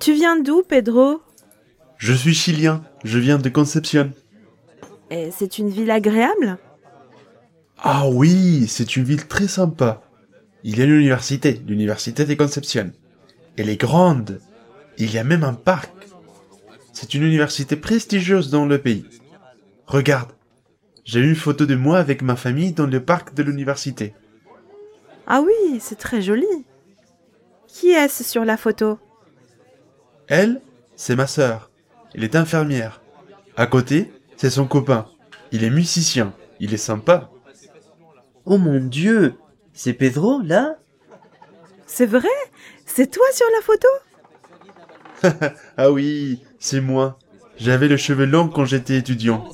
Tu viens d'où, Pedro Je suis chilien, je viens de Concepción. Eh, C'est une ville agréable Ah oui, c'est une ville très sympa. Il y a l'université, l'université de Concepción. Elle est grande. Il y a même un parc. C'est une université prestigieuse dans le pays. Regarde, j'ai une photo de moi avec ma famille dans le parc de l'université. Ah oui, c'est très joli. Qui est-ce sur la photo Elle, c'est ma sœur. Elle est infirmière. À côté, c'est son copain. Il est musicien. Il est sympa. Oh mon dieu C'est Pedro, là C'est vrai C'est toi sur la photo Ah oui, c'est moi. J'avais le cheveu long quand j'étais étudiant.